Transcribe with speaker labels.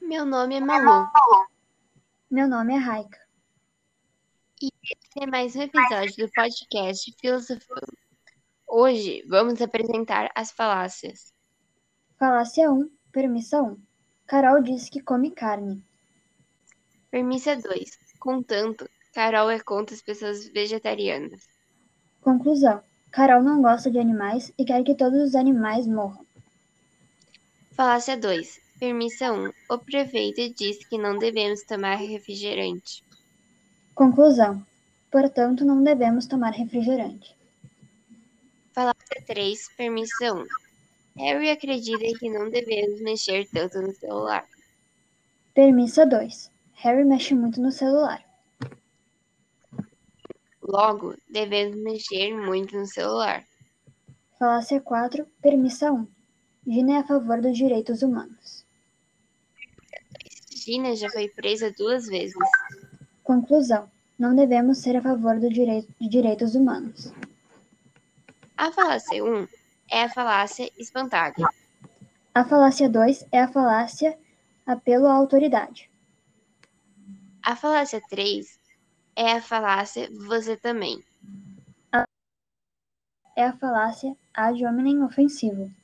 Speaker 1: Meu nome é Malu
Speaker 2: Meu nome é Raika.
Speaker 1: e esse é mais um episódio do podcast Filosofando. Hoje vamos apresentar as falácias.
Speaker 2: Falácia 1, permissa 1. Carol disse que come carne.
Speaker 1: Permissa 2. Contanto, Carol é contra as pessoas vegetarianas.
Speaker 2: Conclusão. Carol não gosta de animais e quer que todos os animais morram.
Speaker 1: Falácia 2. Permissa 1. O prefeito disse que não devemos tomar refrigerante.
Speaker 2: Conclusão. Portanto, não devemos tomar refrigerante.
Speaker 1: Falácia 3. Permissa 1. Harry acredita que não devemos mexer tanto no celular.
Speaker 2: Permissa 2. Harry mexe muito no celular.
Speaker 1: Logo, devemos mexer muito no celular.
Speaker 2: Falácia 4, permissa 1. Gina é a favor dos direitos humanos.
Speaker 1: Gina já foi presa duas vezes.
Speaker 2: Conclusão. Não devemos ser a favor do direi- de direitos humanos.
Speaker 1: A falácia 1 é a falácia espantalho.
Speaker 2: A falácia 2 é a falácia apelo à autoridade.
Speaker 1: A falácia 3 é a falácia você também.
Speaker 2: é a falácia ad hominem ofensivo.